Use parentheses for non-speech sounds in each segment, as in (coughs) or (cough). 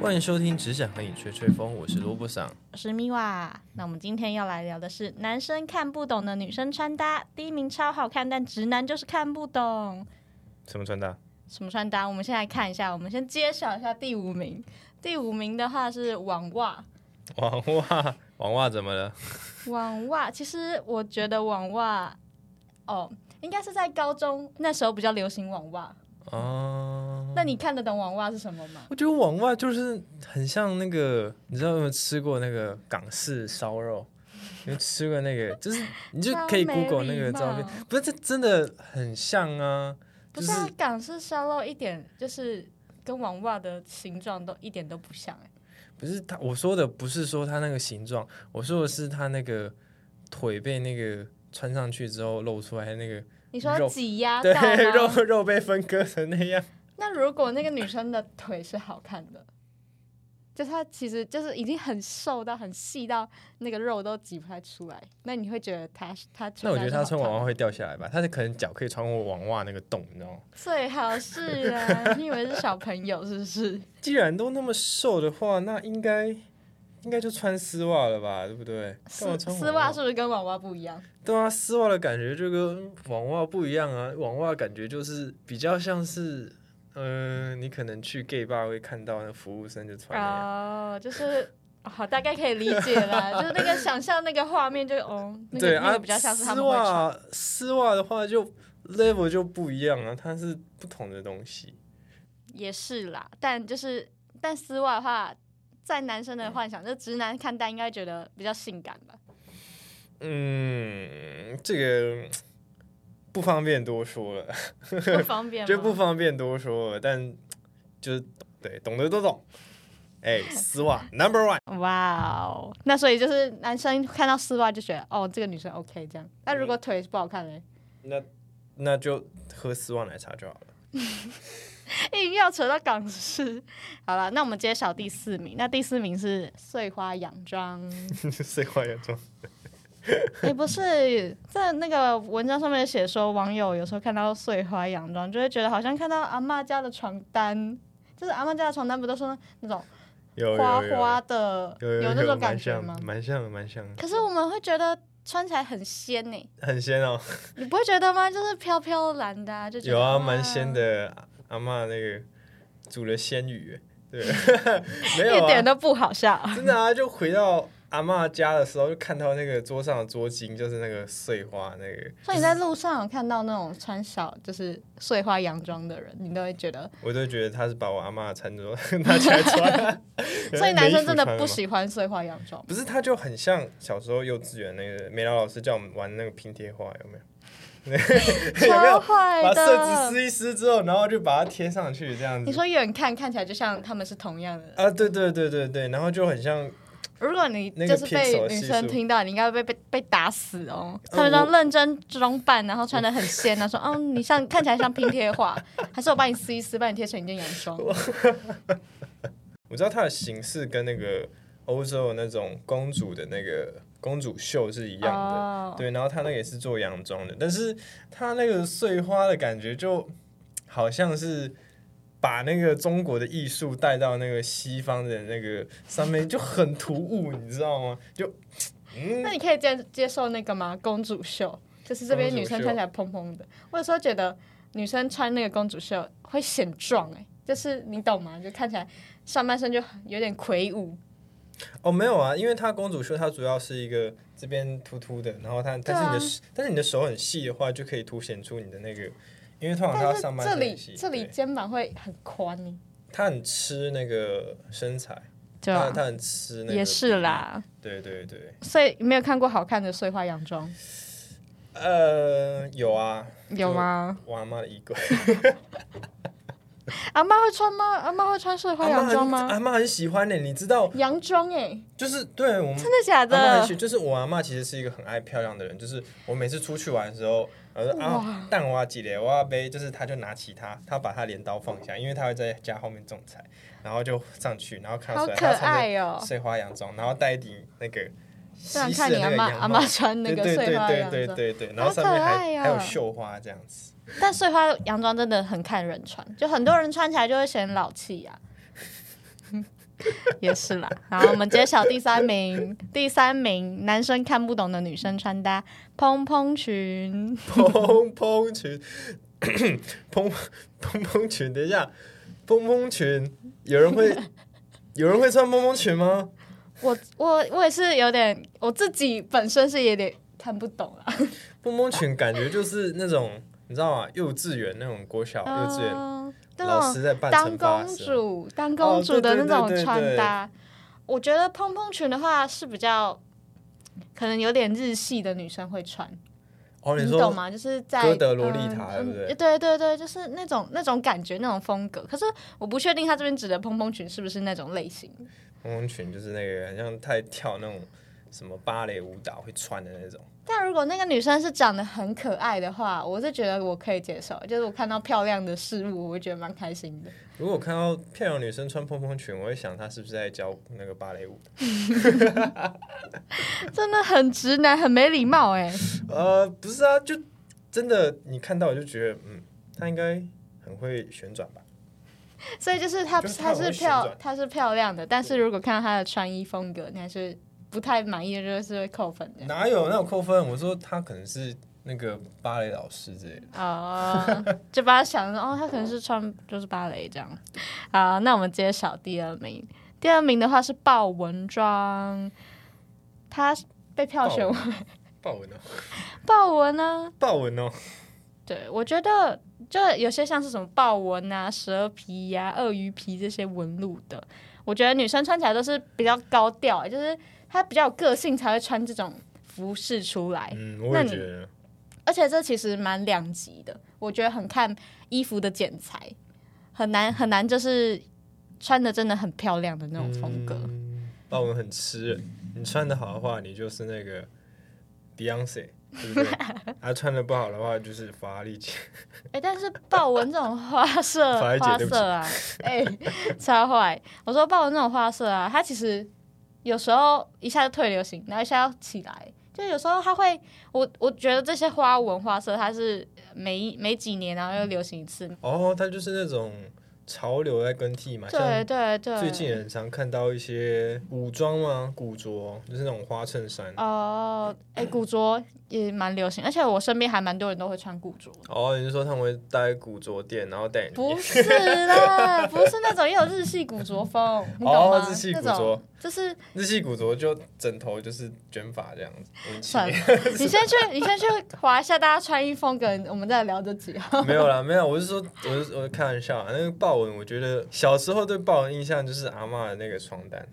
欢迎收听《只想和你吹吹风》，我是萝卜桑。我是咪哇。那我们今天要来聊的是男生看不懂的女生穿搭，第一名超好看，但直男就是看不懂。什么穿搭？ (laughs) 什么穿搭？我们先来看一下，我们先揭晓一下第五名。第五名的话是网袜，网袜，网袜怎么了？网袜。其实我觉得网袜，哦，应该是在高中那时候比较流行网袜。哦，那你看得懂网袜是什么吗？我觉得网袜就是很像那个，你知道有没有吃过那个港式烧肉？你吃过那 (laughs) 个，就是你就可以超没 Google 那个照礼片貌，不是这真的很像啊，不、就是是啊、港式烧肉一点就是跟网袜的形状都一点都不像哎、不是他我说的不是说他那个形状，我说的是他那个腿被那个穿上去之后露出来的那个，你说肉挤压到对，吗？肉 (laughs) 肉被分割成那样。那如果那个女生的腿是好看的，就她其实就是已经很瘦到很细到那个肉都挤不太出来，那你会觉得她她那我觉得她他穿网袜会掉下来吧，他的可能脚可以穿过网袜那个洞，你知道吗？最好是啊， (laughs) 你以为是小朋友是不是？ (laughs) 既然都那么瘦的话，那应该应该就穿丝袜了吧，对不对？干嘛丝穿丝网袜是不是跟娃娃不一样？对啊，丝袜的感觉就跟网袜不一样啊，网袜感觉就是比较像是，嗯，你可能去 gay bar 会看到那服务生就穿那样。哦，就是。好，大概可以理解 (laughs) 了，就是那个想象那个画面就，哦，那个对那啊，个比较像是他丝们会穿。袜，丝袜的话就 level 就不一样啊，它是不同的东西。也是啦，但就是但丝袜的话，在男生的幻想，就直男看待应该觉得比较性感吧。嗯，这个不方便多说了， (laughs) 不方便吗？就不方便多说了，但就是对懂得都懂。哎，丝袜 number one，哇哦，那所以就是男生看到丝袜就觉得哦，这个女生 OK 这样。那如果腿不好看嘞，那那就喝丝袜奶茶就好了。硬要扯到港式。好了，那我们揭晓第四名。那第四名是碎花洋装。 (laughs) (laughs) 碎花洋装，哎、不是，在那个文章上面写说，网友有时候看到碎花洋装，就会觉得好像看到阿嬷家的床单。就是阿嬷家的床单不都是那种有有花有有花的，有有那种蛮感觉像吗？蛮像的蛮像的，可是我们会觉得穿起来很欸仙呢、很鲜哦。你不会觉得吗？就是飘飘然的、啊，就觉得有啊，哇蛮鲜的。阿阿嬷那个煮了鲜鱼， (laughs) 对，没有一点啊，都不好笑。 (laughs) 真的啊。就回到阿嬷家的时候，就看到那个桌上的桌巾，就是那个碎花那个，所以你在路上有看到那种穿小就是碎花洋装的人，你都会觉得，我都觉得她是把我阿嬷的餐桌 (laughs) 拿起来 (laughs) 穿。所以男生真的没衣服穿了不吗。喜欢碎花洋装。不是，他就很像小时候幼稚园那个美劳老师叫我们玩那个拼贴画，有没有？ (laughs) 有没 (laughs) 超有坏把色纸的！撕一撕之后，然后就把它贴上去，这样你子。说远看看起来就像他们是同样的人。啊，对对对对对，然后就很像如果你那就个是被 pixel 女系数生听到，你应该会被被被打死哦。呃他们我都认真装扮，然后穿的很仙，然后说：“嗯，你像看起来像拼贴 (laughs) 画，还是我帮你撕一撕，帮你贴成一件洋装。”我知道它的形式跟那个欧洲的那种公主的那个公主秀是一样的，哦对，然后它那个也是做洋装的，但是它那个碎花的感觉就好像是把那个中国的艺术带到那个西方的那个上面，就很突兀，你知道吗？就那你可以接接受那个吗？公主袖，就是这边女生穿起来蓬蓬的。我有时候觉得女生穿那个公主袖会显壮，哎，就是你懂吗？就看起来上半身就有点魁梧。哦没有啊，因为它公主秀它主要是一个这边凸凸的，然后它但啊是你的、但是你的手很细的话，就可以凸显出你的那个。因为通常它但是哦上半这身里很细，这里对肩膀会很宽欸呢。他很吃那个身材，对啊他他很吃那个，也是。啦，对对对，所以没有看过好看的碎花洋装呃，有啊，有吗？我阿妈的衣 (laughs) 柜，阿妈会穿吗？阿妈会穿碎花洋装阿嬷很吗？阿妈很喜欢的、你知道，洋装哎、就是对我们真的假阿妈很的喜，？就是我阿妈其实是一个很爱漂亮的人，就是我每次出去玩的时候，我说啊，蛋花几嘞，我要杯，就是她就拿起它，她把她镰刀放下，因为她会在家后面种菜，然后就上去，然后看到好出来可她穿爱哦着、碎花洋装，然后戴一顶那个西这样式看的你那阿个妈洋阿帽妈穿那对个对碎对花对洋对装。对对，然后好上面可还、爱还有哦绣花这样子。但碎花洋装真的很看人穿，就很多人穿起来就会显老气啊。 (laughs) 也是啦。然后我们揭晓第三名，第三名男生看不懂的女生穿搭蓬蓬裙，蓬蓬 (coughs) 裙，蓬蓬蓬裙，等一下，蓬蓬裙，有人会有人会穿蓬蓬裙吗？我我我也是有点，我自己本身是有点看不懂啊。蓬蓬裙感觉就是那种你知道吗？幼稚园那种国小幼稚园嗯，那老种师在办当惩罚公的时候，主当公主的那哦对对对对种对穿搭，我觉得蓬蓬裙的话是比较。可能有点日系的女生会穿，哦，你你懂说吗？就是在哥德萝莉塔对嗯不对嗯对对对就是那种那种感觉，那种风格。可是我不确定他这边指的蓬蓬裙是不是那种类型。蓬蓬裙就是那个很像太跳那种什么芭蕾舞蹈会穿的那种。但如果那个女生是长得很可爱的话，我是觉得我可以接受，就是我看到漂亮的事物，我会觉得蛮开心的。 (laughs) 如果看到漂亮女生穿蓬蓬裙，我会想她是不是在教那个芭蕾舞？真的很直男，很没礼貌哎、呃，不是啊，就真的你看到我就觉得，嗯，她应该很会旋转吧？所以就是她，就是她她很是会旋漂转，她是漂亮的，但是如果看到她的穿衣风格，你还是不太满意，就是会扣分的。哪有那种扣分？我说她可能是那个芭蕾老师之类的。哦，就把她想成哦，她可能是穿就是芭蕾这样。好，那我们揭晓第二名。第二名的话是豹纹装，她被票选为豹纹哦，豹纹呢、豹纹哦，对，我觉得就有些像是什么豹纹啊、蛇皮呀、鳄鱼皮这些纹路的，我觉得女生穿起来都是比较高调，就是她比较有个性才会穿这种服饰出来。嗯，我那也你觉得。而且这其实蛮两极的，我觉得很看衣服的剪裁，很难很难就是穿的真的很漂亮的那种风格。嗯豹纹很吃人，你穿的好的话，你就是那个 Beyonce，对不对？ (laughs) 啊，穿的不好的话，就是法拉利姐。哎、但是豹纹这种花 (laughs) 色法律姐花对不色啊，哎、超坏！我说豹纹这种花色啊，它其实有时候一下就退流行，然后一下又起来，就有时候它会，我我觉得这些花纹花色，它是每每几年然后又流行一次。哦，它就是那种潮流在更替嘛，对像对对，最近也很常看到一些古装嘛，古着就是那种花衬衫。哦，哎、古着也蛮流行，而且我身边还蛮多人都会穿古着。哦，你是说他们会带古着店，然后带你不是 (laughs) 啦，不是那种也有日系古着风，你懂吗？哦日系古着那种就是日系古着就枕头就是卷发这样子，我很气算了， (laughs) 你先去，你先去划一下大家穿衣风格，我们再聊这几号。 (laughs) 没有啦，没有，我是说，我是我是开玩笑啊。那个豹纹，我觉得小时候对豹纹印象就是阿嬷的那个床 (laughs) 单。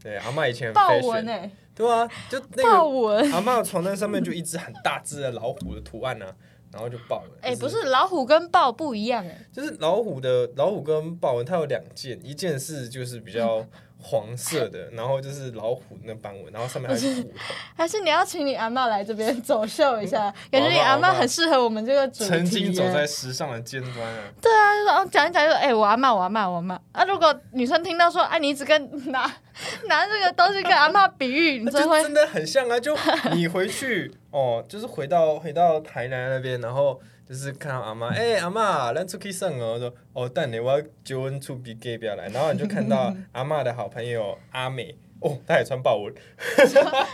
对，阿嬷以前很豹纹 fashion 哎，对啊，就那豹个纹阿嬷的床单上面就一只很大只的老虎的图案啊，然后就豹纹。哎，就不，是老虎跟豹不一样哎，就是老虎的老虎跟豹纹，它有两件，一件是就是比较黄色的，然后就是老虎那斑纹，然后上面还有虎头。还是你要请你阿嬷来这边走秀一下，感觉你我阿阿嬷嬷很适合我们这个主题。曾经走在哎时尚的尖端 (laughs) 啊，对啊，就说哦讲一讲就哎我阿嬷我阿嬷我阿嬷啊，如果女生听到说哎你一直跟拿 (laughs) 拿这个东西跟阿嬷比喻，你那真就会真的很像 (laughs) 啊！就你回去哦，就是回到回到台南那边，然后就是看到阿妈，哎、阿妈，咱出去耍哦。我说哦，等你，我要叫阮厝边隔壁来。然后你就看到阿妈的好朋友阿美，哦，她也穿豹纹，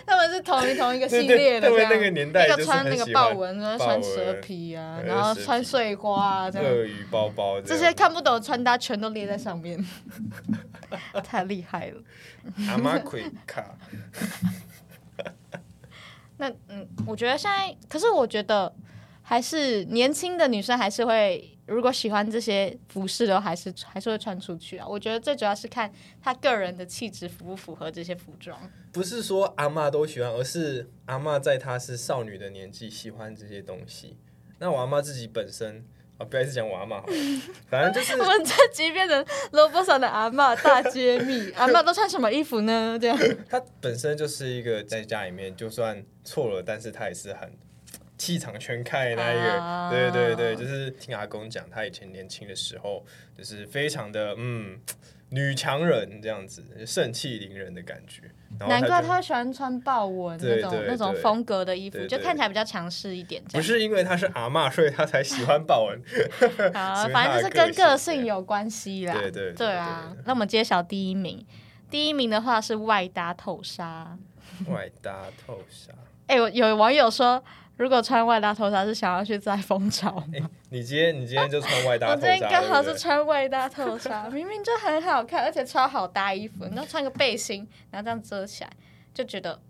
他们是同一同一个系列的，对对他们这样那个年代一就个是穿很那喜个欢豹纹，然后穿豹纹蛇皮啊，对然后蛇皮穿碎花啊，这样鳄鱼包包这这些样。看不懂的穿搭全都列在上面， (laughs) 太厉害了。 (laughs) 阿妈盔卡，那嗯，我觉得现在，可是我觉得还是年轻的女生还是会，如果喜欢这些服饰的话，还是还是会穿出去啊。我觉得最主要是看她个人的气质符不符合这些服装。 (laughs) 不是说阿妈都喜欢，而是阿妈在她是少女的年纪喜欢这些东西。那我阿妈自己本身啊，不要一直讲我阿妈好了，反正就是我们这集变成萝卜上的阿嬷大揭秘，阿嬷都穿什么衣服呢？这样。他本身就是一个在家里面就算错了，但是他也是很气场全开的那一个。啊对对对，就是听阿公讲，他以前年轻的时候就是非常的嗯女强人这样子，盛气凌人的感觉。然后难就怪他会喜欢穿豹纹那对种对那种对风格的衣服，对就对看起来比较强势一点。这不样是因为他是阿嬷，所以他才喜欢豹纹。好，是呃他反正就是的个跟个性性有关系啦。对对对对啊，那我们揭晓第一名，第一名的话是外搭透纱。 (laughs) 外搭透纱，哎、我有网友说，如果穿外搭透纱是想要去摘蜂巢。哎、你今天你今天就穿外 (laughs) 搭 (laughs) 我透今纱，天刚好对是不对穿外搭透纱，明明就很好看，而且超好搭衣服。你要穿个背心，然后这样遮起来，就觉得，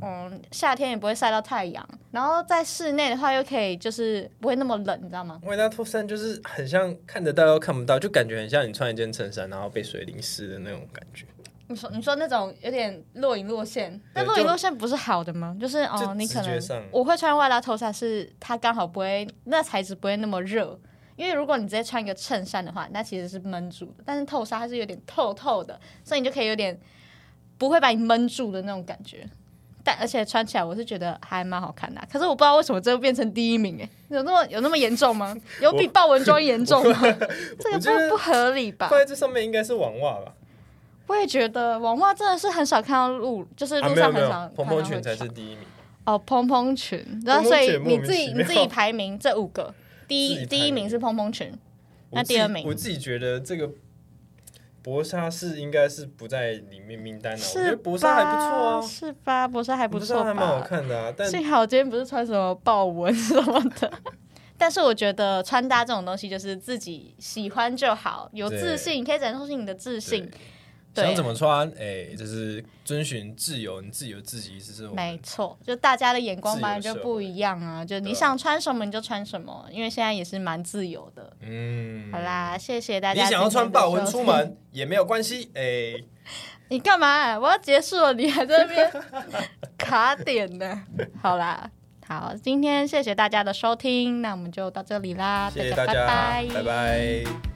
嗯，夏天也不会晒到太阳，然后在室内的话又可以就是不会那么冷，你知道吗？外搭透衫就是很像看得到又看不到，就感觉很像你穿一件衬衫，然后被水淋湿的那种感觉。你说你说那种有点若隐若现，但对若隐就若现不是好的吗？就是哦就，你可直觉能上我会穿外搭透纱，是它刚好不会那材质不会那么热，因为如果你直接穿一个衬衫的话，那其实是闷住的，但是透纱它是有点透透的，所以你就可以有点不会把你闷住的那种感觉。但而且穿起来我是觉得还蛮好看的啊、可是我不知道为什么这会变成第一名哎、有那么有那么严 (laughs) 重吗？有比豹纹装严重吗？这个我 (laughs) 觉得不不合理吧？放在这上面应该是网袜吧？我也觉得网袜真的是很少看到路，就是啊，路没有上没很有少，看蓬到蓬会裙才穿是第一名。哦，蓬蓬裙。然后蓬所蓬裙以莫你名自己其你妙自己排名这五个，第自一己第一排名名是蓬蓬裙，那我自第二己名我自己觉得这个薄纱是应该是不在里面名单的、我觉是得薄纱还不错吧啊，是吧？博士还不薄错纱还蛮好吧？看的啊。但幸好我今天不是穿什么豹纹什么的。 (laughs) 但是我觉得穿搭这种东西就是自己喜欢就好，有自对信，可以展现出你的自信。对想怎么穿，哎、就是遵循自由，你自由自己这是我没们错，就大家的眼光本来就自由社会不一样啊，就你对啊想穿什么你就穿什么，因为现在也是蛮自由的。嗯好，啦，谢谢大你家。想要穿豹纹出？门也没有关系，哎、 (laughs) 你干嘛、我要结束了，你还在那边 (laughs) 卡点呢？好啦，好，今天谢谢大家的收听，那我们就到这里啦，谢谢大大家家，拜拜拜